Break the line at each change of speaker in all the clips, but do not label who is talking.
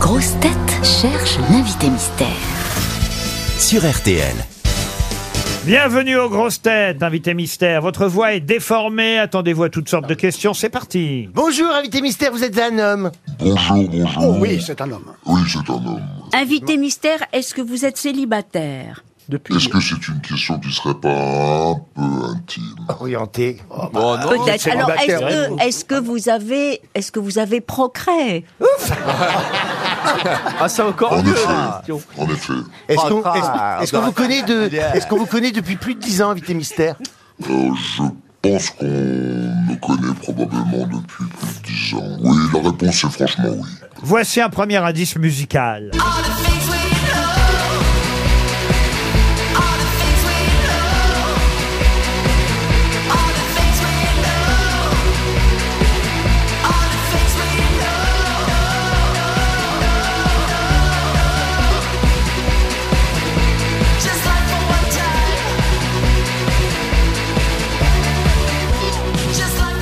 grosses têtes cherchent l'invité mystère.
sur RTL.
Bienvenue aux grosses têtes, invité mystère. Votre voix est déformée. Attendez-vous à toutes sortes de questions. C'est parti.
Bonjour, invité mystère, vous êtes un homme.
Bonjour, bonjour.
Oh oui, c'est un homme.
Oui, c'est un homme.
Invité mystère, est-ce que vous êtes célibataire
Est-ce que c'est une question qui serait pas un peu intime
Orienté.
Ah
Peut-être.
c'est
Alors, est-ce
célibataire,
que, est-ce que vous avez, est-ce que vous avez procréé
En effet. En effet.
Est-ce qu'on
Ah,
est-ce- est-ce qu'on vous connaît de, est-ce qu'on vous connaît depuis plus de 10 ans, invité mystère
Euh, je pense qu'on me connaît probablement depuis plus de 10 ans. Oui, la réponse est franchement oui.
Voici un premier indice musical.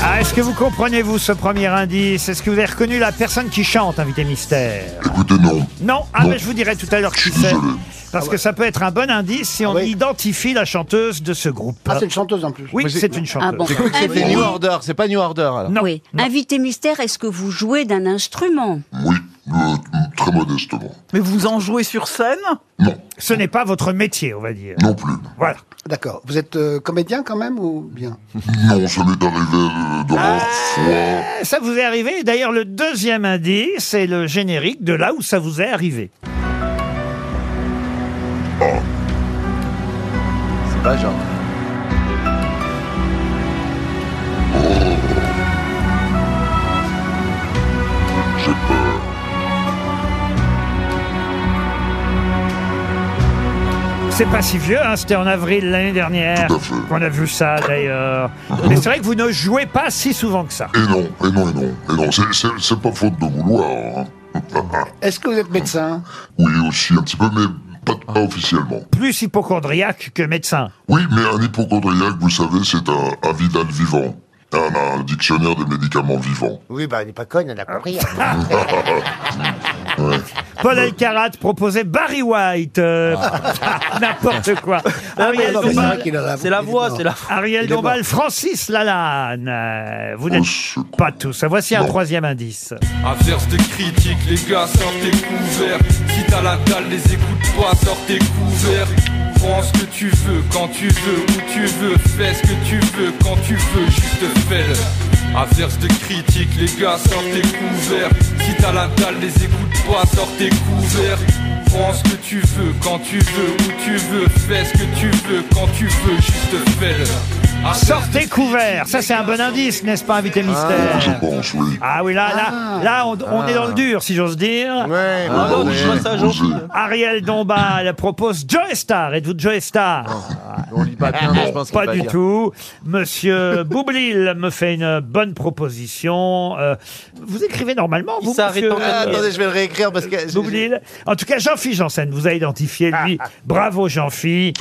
Ah, est-ce que vous comprenez, vous, ce premier indice Est-ce que vous avez reconnu la personne qui chante, invité mystère
Écoutez, non.
Non Ah,
Non.
mais je vous dirai tout à l'heure
Je
qui
suis
c'est.
désolé.
Parce que ça peut être un bon indice si on
oui.
identifie la chanteuse de ce groupe.
Ah, c'est une chanteuse en plus.
Oui,
Mais
c'est une chanteuse.
Ah bon.
C'était
Invité-
New Order, c'est pas New Order alors.
Non.
Oui. Invité mystère, est-ce que vous jouez d'un instrument
Oui, euh, très modestement.
Mais vous en jouez sur scène
Ce n'est pas votre métier, on va dire.
Non plus.
Voilà.
D'accord. Vous êtes euh, comédien quand même ou bien
Non, ça m'est arrivé euh, de rares
Ah.
fois.
Ça vous est arrivé. D'ailleurs, le deuxième indice, c'est le générique de là où ça vous est arrivé.
J'ai peur.
C'est pas si vieux, hein, c'était en avril l'année dernière
Tout à fait.
qu'on a vu ça d'ailleurs. Mais c'est vrai que vous ne jouez pas si souvent que ça.
Et non, et non, et non. Et non, c'est- c'est c'est pas faute de vouloir. hein.
Est-ce que vous êtes médecin
Oui, aussi, un petit peu, mais pas, pas officiellement.
Plus hypochondriaque que médecin.
Oui, mais un hypochondriaque, vous savez, c'est un, un Vidal vivant. Un, un dictionnaire des médicaments vivants.
Oui, bah, elle n'est pas conne, elle a compris. hein.
Ah,
Paul Elkarat proposait Barry White. euh, N'importe quoi. Ariel
Ah. non, mais c'est
Dombal,
vrai qu'il a la-
C'est la voix, c'est la voix.
Ariel
Il est
Dombal, Francis Lalanne. Euh, Vous n'êtes
Au
pas tous. Voici un troisième indice.
Averse de critiques, les gars, sortez couverts. Si t'as la dalle, les écoute pas, sortez couverts. Prends ce que tu veux, quand tu veux, où tu veux. Fais ce que tu veux, quand tu veux, juste fais-le. Averse de critiques, les gars, sortez couverts. Si t'as la dalle, les écoute pas, sortez couverts. Prends ce que tu veux, quand tu veux, où tu veux. Fais ce que tu veux, quand tu veux, juste fais-le.
Sortez couvert. Ça, c'est un bon indice, n'est-ce pas, invité
Je
mystère
pense, oui.
Ah oui, là, là, là, on, on est
Ah.
dans le dur, si j'ose dire.
Ouais,
Ah non, je vois ça gentil.
Osez.
Ariel Dombal propose Joe Star. Êtes-vous Joe
Ah.
Star
On lit pas bien, mais je pense qu'il
Pas
va
du
dire.
tout. Monsieur Boublil me fait une bonne proposition. Euh, vous écrivez normalement,
Il
vous,
s'arrête
monsieur euh,
en
Ah, attendez, je vais le réécrire parce que.
Boublil En tout cas, Jean-Philippe Janssen vous a identifié, lui. Bravo, Jean-Philippe.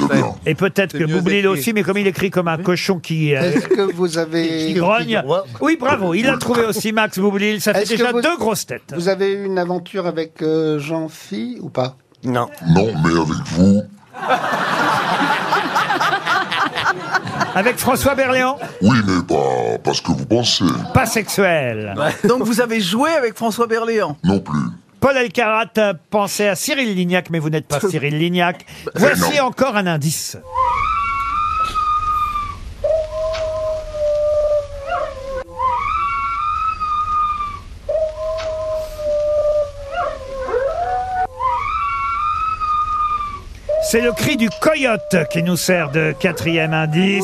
Et peut-être
C'est
que
mieux
Boublil
écrit.
aussi, mais comme il écrit comme un cochon qui... euh,
Est-ce que vous
qui
avez
grogne. Oui, bravo. Il a trouvé aussi Max Boublil. Ça fait
Est-ce que
déjà
vous-
deux grosses têtes.
vous avez eu une aventure avec euh, Jean-Phi ou pas
Non.
Non, mais avec vous,
Avec François Berléand,
oui, mais pas parce que vous pensez.
pas sexuel.
Donc vous avez joué avec François Berléand.
Non plus.
Paul Elkarat euh, pensait à Cyril Lignac, mais vous n'êtes pas Cyril Lignac. Voici
non.
encore un indice. C'est le cri du coyote qui nous sert de quatrième indice.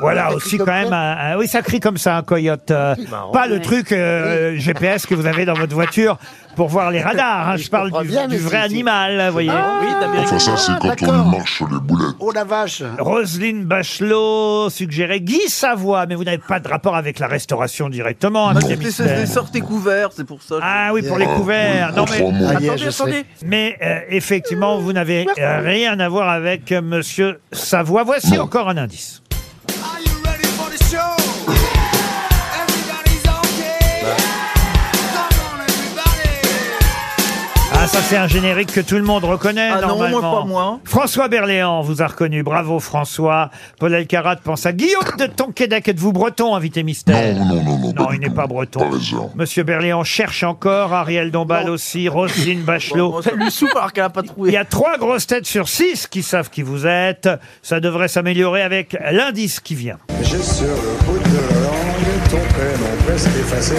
Voilà
Ça
aussi
crie
quand
comme
même
ça
un, un- oui ça crie comme ça un coyote euh, pas le truc euh, GPS que vous avez dans votre voiture pour voir les radars hein. je parle
comprends
du,
bien,
du
mais
vrai
c'est- c'est-
animal vous voyez
Oui, d'Amérique.
Enfin, ça, c'est quand on
d'accord.
y marche sur les boulettes.
Oh la vache
Ah,
Roselyne Bachelot suggérait Guy Savoie mais vous n'avez pas de rapport avec la restauration directement hein,
Moi,
Monsieur
c'était ce-
Mystère.
des sorties couvertes, c'est pour ça. que-
ah oui pour les couverts
Oui,
non
en
mais
trois mots.
Aïe,
Attendez,
je sais.
attendez.
mais euh, effectivement vous n'avez euh, rien à voir avec euh, Monsieur Savoie voici encore un indice
Are you ready for the show?
Bah.
Everybody's okay. Come on, everybody.
Ah, ça, c'est un générique que tout le monde reconnaît,
Ah non, moi,
normalement.
pas moi.
François Berléand vous a reconnu. Bravo, François. Paul Elkarat pense à Guillaume de Tonquédec. Êtes-vous breton, invité mystère
Non, non, non, non.
Non, il n'est pas breton. Monsieur Berléand cherche encore. Ariel Dombal aussi. Roselyne Bachelot.
On fait lui soupe alors qu'elle a pas
Il
trouvé.
y a trois grosses têtes sur six qui savent qui vous êtes. Ça devrait s'améliorer avec l'indice qui vient.
J'ai sur le bout de la langue ton prénom presque effacé,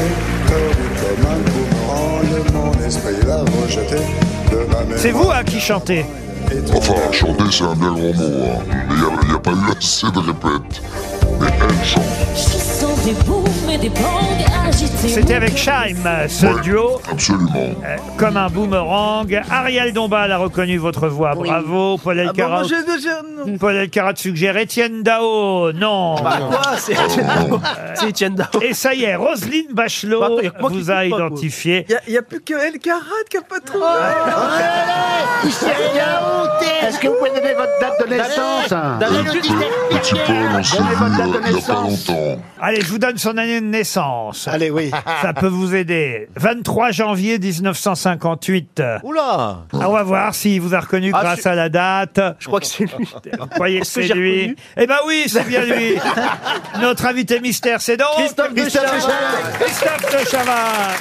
tordu comme un boomerang, mon esprit l'a rejeté de ma mémoire.
C'est vous à qui chantez
Enfin, chanter, c'est un bien grand mot. hein. Mais il n'y a, pas eu assez de répètes. Mais elle chante.
C'était avec Scheim, ce duo.
Absolument.
Euh, Comme un boomerang. Ariel Dombal a reconnu votre voix. Bravo. Paul
Ah bon,
Elkarat.
moi, j'ai- j'ai-
Paul Elkarat suggère Étienne Dao. Non. Euh.
Bah quoi, c'est C'est Etienne Dao.
Et ça y est, Roselyne
Bah,
Bachelot
attends, y a que moi qui
vous a
coupe pas, quoi.
identifié.
Il n'y a, plus que El Karat qui a pas
Ah.
trouvé.
Est-ce que vous pouvez donner votre date de naissance
Un petit Paul, on s'est vu euh, il n'y a pas longtemps.
Allez, je vous donne son année de naissance.
Allez, oui.
Ça peut vous aider. 23 janvier 1958.
Oula
Ah, on va voir s'il vous a reconnu
Ah,
grâce à la date.
Je crois que c'est lui.
Vous croyez que
Est-ce que
c'est
j'ai
lui
reconnu
Eh ben oui, c'est bien lui. Notre invité mystère, c'est donc
Christophe de Chavannes.
Christophe de Chavannes.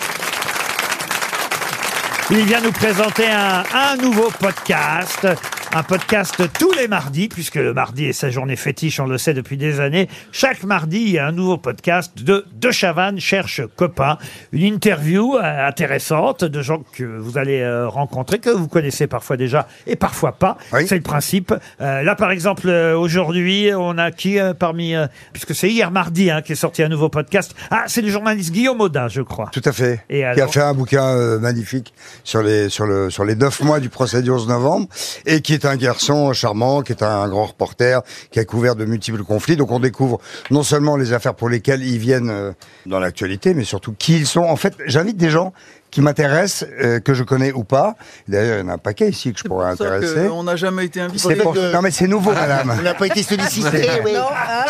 Il vient nous présenter un, un nouveau podcast. Un podcast tous les mardis, puisque le mardi est sa journée fétiche, on le sait depuis des années. Chaque mardi, il y a un nouveau podcast de De Chavannes cherche copain. Une interview euh, intéressante de gens que vous allez euh, rencontrer, que vous connaissez parfois déjà et parfois pas.
Oui.
C'est le principe. Euh, là, par exemple, euh, aujourd'hui, on a qui euh, parmi... euh, puisque c'est hier mardi hein, qu'est sorti un nouveau podcast. Ah, c'est le journaliste Guillaume Audin, je crois.
Tout à fait.
Et
qui a
alors
fait un bouquin euh, magnifique sur les sur le sur les neuf mois du procès du 11 novembre et qui est un garçon charmant, qui est un grand reporter, qui a couvert de multiples conflits. Donc on découvre non seulement les affaires pour lesquelles ils viennent euh, dans l'actualité, mais surtout qui ils sont. En fait, j'invite des gens qui m'intéressent, euh, que je connais ou pas. D'ailleurs, il y en a un paquet ici que je pourrais
C'est pour ça que
intéresser.
On n'a jamais été invité.
C'est pour- Non mais c'est nouveau, madame.
On n'a pas été sollicité, oui.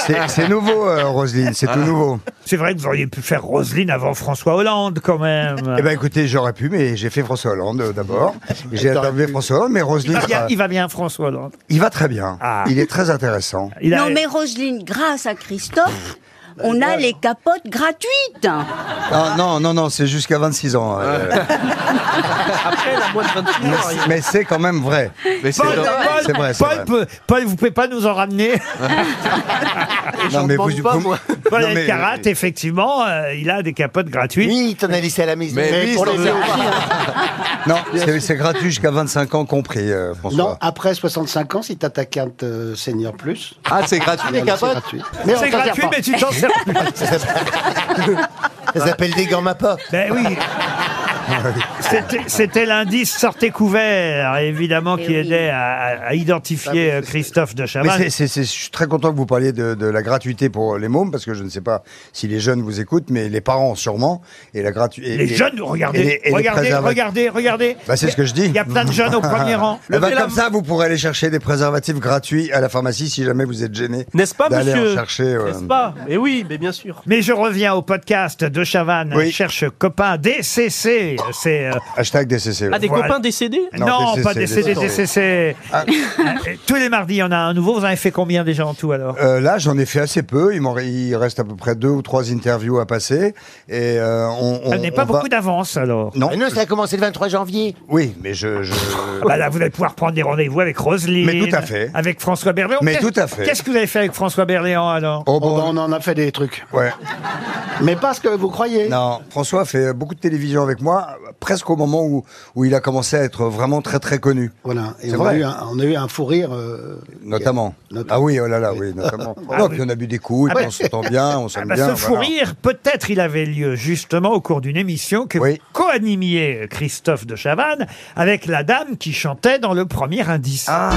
C'est- C'est nouveau, euh, Roselyne. C'est tout
Ah.
nouveau.
C'est vrai que vous auriez pu faire Roselyne avant François Hollande, quand même.
Eh ben écoutez, j'aurais pu, mais j'ai fait François Hollande euh, d'abord. J'ai interviewé François Hollande, mais
il,
Roselyne,
va bien,
sera-
il va bien, François Hollande.
il va très bien.
Ah.
Il est très intéressant.
Il a-
Non, mais Roselyne, grâce à Christophe, on a les capotes gratuites.
Non, Ah, non, non, non, c'est jusqu'à 26 ans. euh,
Après, la boîte 28 ans, il-
mais c'est quand même vrai.
Mais c'est
Paul,
gentil.
Paul,
C'est vrai, c'est
Paul
vrai.
peut- Paul, vous pouvez pas nous en ramener
Non, mais vous, vous-
Paul
Non, mais-
Elkarat, effectivement, euh, il a des capotes gratuites.
Oui, il t'en a laissé à la maison.
Mais oui,
pour
c'est
les
vrai.
archives.
non, c'est c'est gratuit jusqu'à 25 ans compris, euh,
Non,
François.
après 65 ans, si t'as ta carte euh, senior plus,
Ah, c'est gratuit les
alors c'est
capotes
gratuit. Mais on
C'est
t'en sert
gratuit,
pas.
mais tu t'en sers plus.
Ça s'appelle des gants mappa.
Ben oui. C'était- C'était l'indice sortez couvert, évidemment,
Eh
qui
oui. Ah,
aidait à, à identifier euh, Christophe de
Mais
Chavannes.
c'est- c'est- c'est- je suis très content que vous parliez de, de la gratuité pour les mômes, parce que je ne sais pas si les jeunes vous écoutent, mais les parents sûrement. Et la gratu- et-
Les
et-
jeunes,
et
regardez,
les- et les
regardez,
préservatifs.
regardez, regardez.
Bah, c'est ce que je dis.
Il y a plein de jeunes au premier rang.
Eh ben,
Levez la
comme ça, vous pourrez aller chercher des préservatifs gratuits à la pharmacie si jamais vous êtes gêné.
N'est-ce pas,
d'aller
monsieur
en chercher. euh,
N'est-ce pas Mais oui, mais bien sûr.
Mais je reviens au podcast de Chavannes,
Oui.
cherche copain DCC. C'est euh,
Hashtag DCC.
Ah,
ouais.
des Voilà. copains
décédés
non,
Non, DCC,
pas DCC,
désolé.
DCC.
Ah.
Et Euh, Tous les mardis, il y en a un nouveau. Vous en avez fait combien déjà en tout alors
Euh, là, j'en ai fait assez peu. Il, m'en- il reste à peu près deux ou trois interviews à passer. Et euh, on, on-
Vous n'avez pas
on va-
beaucoup d'avance alors.
Non.
Mais non, ça a commencé le 23 janvier.
Oui, mais je. je-
Bah là, vous allez pouvoir prendre des rendez-vous avec Roselyne.
Mais tout à fait.
Avec François Berléand.
Mais
Qu'est-ce-
tout à fait.
Qu'est-ce que vous avez fait avec François Berléand alors
Oh,
Oh, bah, on
bon.
en a fait des trucs.
Ouais.
Mais pas ce que vous croyez.
Non, François fait beaucoup de télévision avec moi, presque au moment où, où il a commencé à être vraiment très très connu,
Voilà. Et
C'est
on,
vrai.
A eu un, on a eu un fou rire. euh,
notamment.
Notamment.
Ah oui, oh là là, oui, notamment.
Ah
Non, puis on a bu des coups, et puis on s'entend bien, on s'aime
Bah,
bien.
ce fou
voilà.
rire, peut-être il avait lieu justement au cours d'une émission que
Oui.
vous co-animiez Christophe de Chavannes avec la dame qui chantait dans le premier indice.
Ah,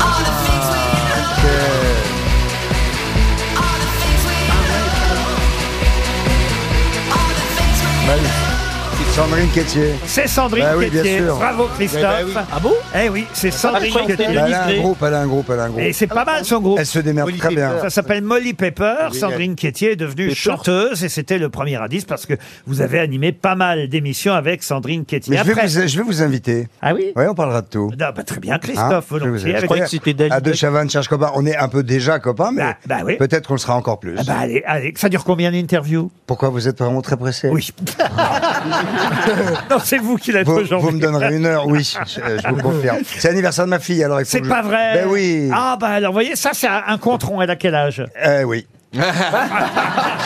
C'est
Sandrine Quétier.
C'est Sandrine
Bah oui, bien
Quétier.
sûr.
Bravo Christophe.
Eh ben oui.
Ah bon Eh oui, c'est Sandrine Quétier. Bah
Elle a un groupe, elle a un groupe, elle a un groupe.
Et c'est pas mal son groupe.
Elle se démerde très bien.
Ça s'appelle Molly Pepper.
Génial.
Sandrine Quétier est devenue chanteuse et c'était le premier indice parce que vous avez animé pas mal d'émissions avec Sandrine Quétier.
Mais je, vais
Après-
vous, je vais vous inviter.
Ah oui
Oui, on parlera de tout.
Ah, bah, très bien, Christophe,
Hein Je vais vous
volontiers.
inviter. À De Chavannes cherche copain. On est un peu déjà copains, mais
bah oui.
peut-être qu'on le sera encore plus.
Ah bah, allez, allez, ça dure combien d'interviews
Pourquoi vous êtes vraiment très pressé
Oui. non, c'est vous qui l'êtes
vous,
aujourd'hui.
vous me donnerez une heure, oui, je, je vous confirme. C'est l'anniversaire de ma fille, alors il faut
C'est
que je-
pas vrai
Ben oui.
Ah bah alors, vous voyez, ça c'est un un contron. Elle a quel âge
Eh oui.
Je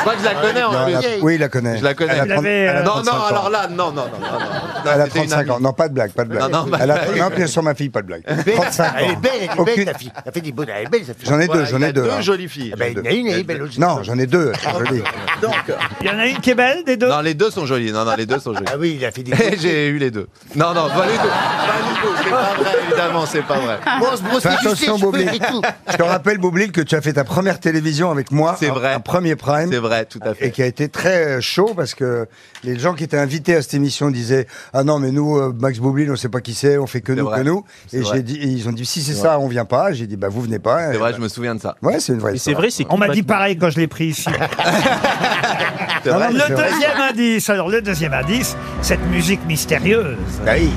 crois que je la connais en
Non, elle a-
plus.
oui, il la connaît.
Je la connais.
Elle a
Vous
trente-
l'avez, euh,
elle a
Non,
35
non,
ans.
alors là, non, non, non. non, non.
Elle a
C'était une
35 ans.
amie.
Non, pas de blague, pas de blague.
Non, bah, non, pas de
elle a...
blague.
non, bien sûr, ma fille, pas de blague.
Belle.
35 ans.
Elle est belle, elle est belle,
Aucune-
ta fille. Elle fait des bonnes, elle est belle, sa fille.
J'en ai deux,
Voilà,
j'en
il
ai
a
deux.
deux
hein.
jolies filles.
Ah ben, il y en a une, elle est belle aussi.
Non, j'en ai deux, c'est joli.
Donc,
Il y en a une qui est belle des deux
non, les deux sont jolies. Non, non, les deux sont jolies.
Ah oui, il a fait des
Et J'ai eu les deux. Non, non, pas les deux. Pas les deux. C'est pas vrai, évidemment, c'est pas vrai.
Bon, on se brosse
Fais
les
attention,
cheveux
Boblil.
et tout.
Je te rappelle, Boublil, que tu as fait ta première télévision avec moi.
C'est
un-
vrai.
Un premier prime.
C'est vrai, tout à
Et
fait.
qui a été très euh, chaud parce que les gens qui étaient invités à cette émission disaient Ah non, mais nous, euh, Max Boublil, on sait pas qui c'est, on fait que
C'est
nous,
vrai.
que nous.
C'est
Et
vrai.
j'ai dit, et ils ont dit Si c'est ça, on vient pas. J'ai dit Bah vous venez pas.
C'est
Et
vrai,
bah,
je me souviens de ça.
Ouais, c'est une vraie
Et c'est
histoire.
vrai, c'est
On m'a dit pareil quand je l'ai pris ici.
C'est
Non,
vrai.
non, mais
Le
Ah, c'est vrai.
deuxième indice, alors le deuxième indice, cette musique mystérieuse,
Bah oui.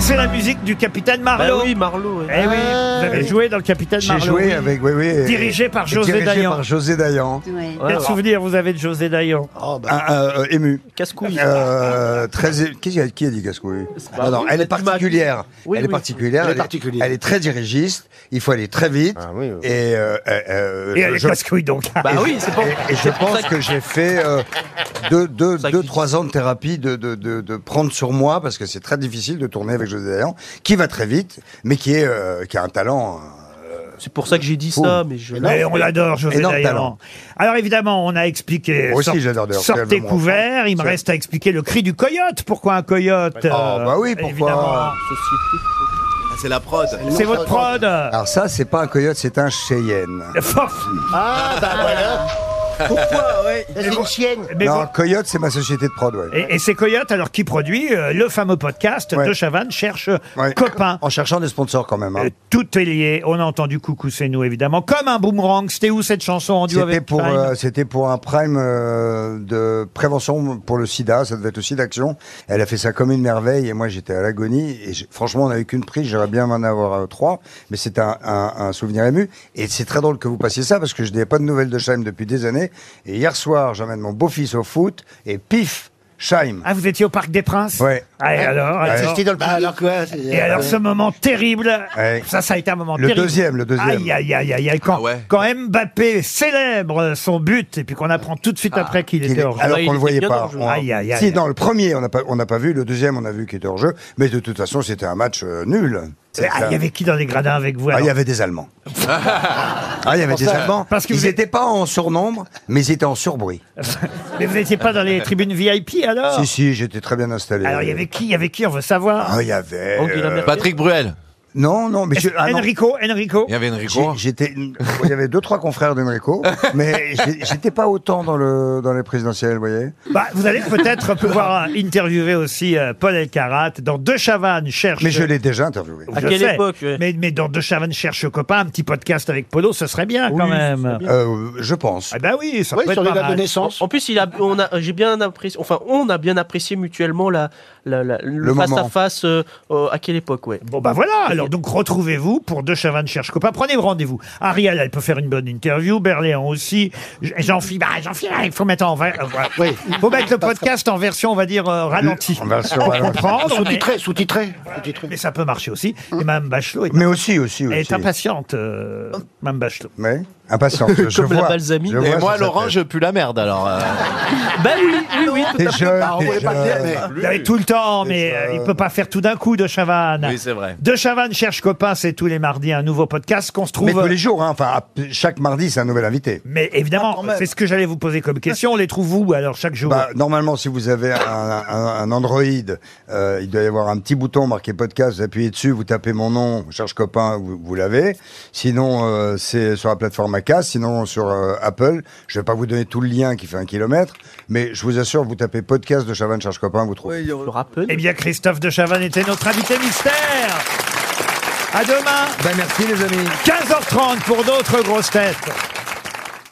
c'est la musique du capitaine
Bah
Marlowe.
oui, Ah. Marlowe. ouais.
Eh oui, vous avez joué dans le capitaine
J'ai
Marlowe.
joué avec. Oui, oui, et-
Dirigé par José
dirigé
Dayan.
par José Dayan.
Ouais.
Quel
Ouais,
souvenir vous avez de José Dayan
Un- un, euh, ému.
Oh, Casse-couille.
Euh, très é- qui, a- qui a dit casse-couille
pas
Non, non,
vous,
elle est
mais tu m'as
particulière.
Oui,
elle est
oui.
particulière.
Elle est
Elle est,
particulière.
elle est très dirigiste. Il faut aller très vite.
Ah oui, oui.
Et, euh, euh, euh,
Et elle est
je-
casse-couille donc.
Bah oui, c'est pas.
et- et je pense que j'ai fait euh, deux, deux,
Ça
deux,
glisse.
trois ans de thérapie de, de, de, de prendre sur moi parce que c'est très difficile de tourner avec José Dayan, qui va très vite, mais qui est euh, qui a un talent. euh,
C'est pour ça que j'ai dit
Fou.
ça, mais je.
Mais on l'adore, José
Énorme
Dayan.
talent.
Alors évidemment, on a expliqué
Moi aussi,
sort-
j'adore d'ailleurs,
sortez
tellement mon
couverts. Il me
C'est-
reste à expliquer le cri du coyote. Pourquoi un coyote euh,
bah oui, pourquoi
évidemment.
Ah, C'est la prod.
C'est votre prod.
Alors ça, Ah. c'est pas un coyote, c'est un Cheyenne.
Ah, bah voilà.
Pourquoi ouais.
Ça, C'est une chienne.
Mais
non,
vous-
coyote, c'est ma société de prod. Ouais.
Et, et c'est Coyote alors qui produit euh, le fameux podcast
Ouais.
De Chavannes cherche
Ouais. Oh,
copain.
En cherchant des sponsors quand même. hein.
Euh, tout est lié. On a entendu Coucou, c'est nous, évidemment. Comme un boomerang. C'était où cette chanson en duo
C'était
avec
pour,
Prime
euh, c'était pour un prime euh, de prévention pour le sida, ça devait être aussi d'action. Elle a fait ça comme une merveille et moi j'étais à l'agonie. Et j'ai- franchement, on n'a eu qu'une prise, j'aurais bien aimé en avoir euh, trois, mais c'est un, un- un souvenir ému. Et c'est très drôle que vous passiez ça parce que je n'avais pas de nouvelles de Chaim depuis des années. Et hier soir, j'emmène mon beau-fils au foot et pif, Chaim.
Ah, vous étiez au Parc des Princes
Ouais.
Ah, et alors,
Ouais.
alors
C'était dans le
Bah, alors
public.
quoi c'est-
Et alors, ce moment terrible.
Ouais.
Ça, ça a été un moment
Le
terrible.
deuxième, le deuxième.
Aïe, aïe, aïe, aïe, aïe. Quand,
Ah ouais.
quand Mbappé célèbre son but et puis qu'on apprend tout de suite
Ah.
après qu'il
Qu'il
était
est-
hors jeu. Ah,
alors
Ouais,
qu'on
il
le
était
voyait
bien
pas.
hors jeu.
On-
Aïe, aïe, aïe.
Si, dans le premier, on n'a pas, on n'a pas vu. Le deuxième, on a vu qu'il était hors jeu. Mais de toute façon, c'était un match euh, nul.
Ah, Il y avait qui dans les gradins avec vous
Ah, il
alors
y avait des Allemands. ah, il y avait des Allemands.
Parce que vous
ils
êtes-
n'étaient pas en surnombre, mais ils étaient en surbruit.
Mais vous n'étiez pas dans les tribunes VIP alors
Si, si, j'étais très bien installé.
Ah. Alors, il y avait qui Il y avait qui On veut savoir.
Ah, il y avait.
Angela
euh,
Merkel.
Patrick Bruel.
Non, non, mais je- ah, non.
Enrico, Enrico.
Il y avait
J'ai-
Enrico.
J'étais, il y avait deux trois confrères d'Enrico, mais j'ai- j'étais pas autant dans le dans les présidentielles, vous voyez.
Bah, vous allez peut-être pouvoir euh, interviewer aussi euh, Paul Elkarat dans Deux Chavannes cherche.
Mais je l'ai déjà interviewé.
Je
À quelle
sais.
époque, ouais.
mais, mais dans Deux Chavannes cherche copain, un petit podcast avec Polo, ce serait bien quand
Oui, ce
même.
serait bien.
Euh, je pense.
Ah bah oui, ça
Oui,
peut
sur
être
les
pas
dates de
mal.
naissance.
En plus, il a, on a, j'ai bien apprécié, enfin, on a bien apprécié mutuellement la, la- la- le
Le
face
moment.
à face. euh, euh, à quelle époque, ouais.
Bon bah voilà, alors donc retrouvez-vous pour Deux Chavannes cherche copain, prenez rendez-vous. Ariel, elle peut faire une bonne interview, Berléand aussi, J- Jean-Philippe, bah, Jean-Philippe, il faut mettre en... ver- euh, voilà.
Oui.
faut mettre le podcast en version, on va dire, euh, ralentie.
En version
Pour
ralentie.
comprendre, mais,
Sous-titré, sous-titré. sous-titré.
mais ça peut marcher aussi. Et Mme Bachelot est,
Mais aussi, aussi,
elle
aussi.
est impatiente, euh,
Oh.
Mme Bachelot.
Mais impatiente. je
Comme la
vois.
balsamine.
Je
Et
vois
Et
ce
moi,
que ça
Laurent,
fait.
je pue la merde alors. euh.
Bah oui, oui, oui. tout à
T'es
fait.
jeune,
Ah, on
t'es
voulait pas le dire,
jeune.
mais-
Vous avez tout le temps, mais
Déjà.
euh, il peut pas faire tout d'un coup de Chavannes.
Oui, c'est vrai.
De Chavannes cherche copain, c'est tous les mardis un nouveau podcast qu'on se trouve.
Mais tous les jours, hein. enfin, à- chaque mardi, c'est un nouvel invité.
Mais évidemment, c'est ce que j'allais vous poser comme question. On les trouve où alors chaque jour
Bah, normalement, si vous avez un, un- un Android, euh, il doit y avoir un petit bouton marqué podcast. Vous appuyez dessus, vous tapez mon nom, on cherche copain, vous, vous l'avez. Sinon, euh, c'est sur la plateforme Maca, sinon sur euh, Apple. Je vais pas vous donner tout le lien qui fait un kilomètre, mais je vous assure, vous tapez podcast de Chavannes Cherche Copain, vous trouvez.
Eh bien, Christophe de Chavannes était notre invité mystère. À demain.
Ben, merci les amis.
15h30 pour d'autres grosses têtes.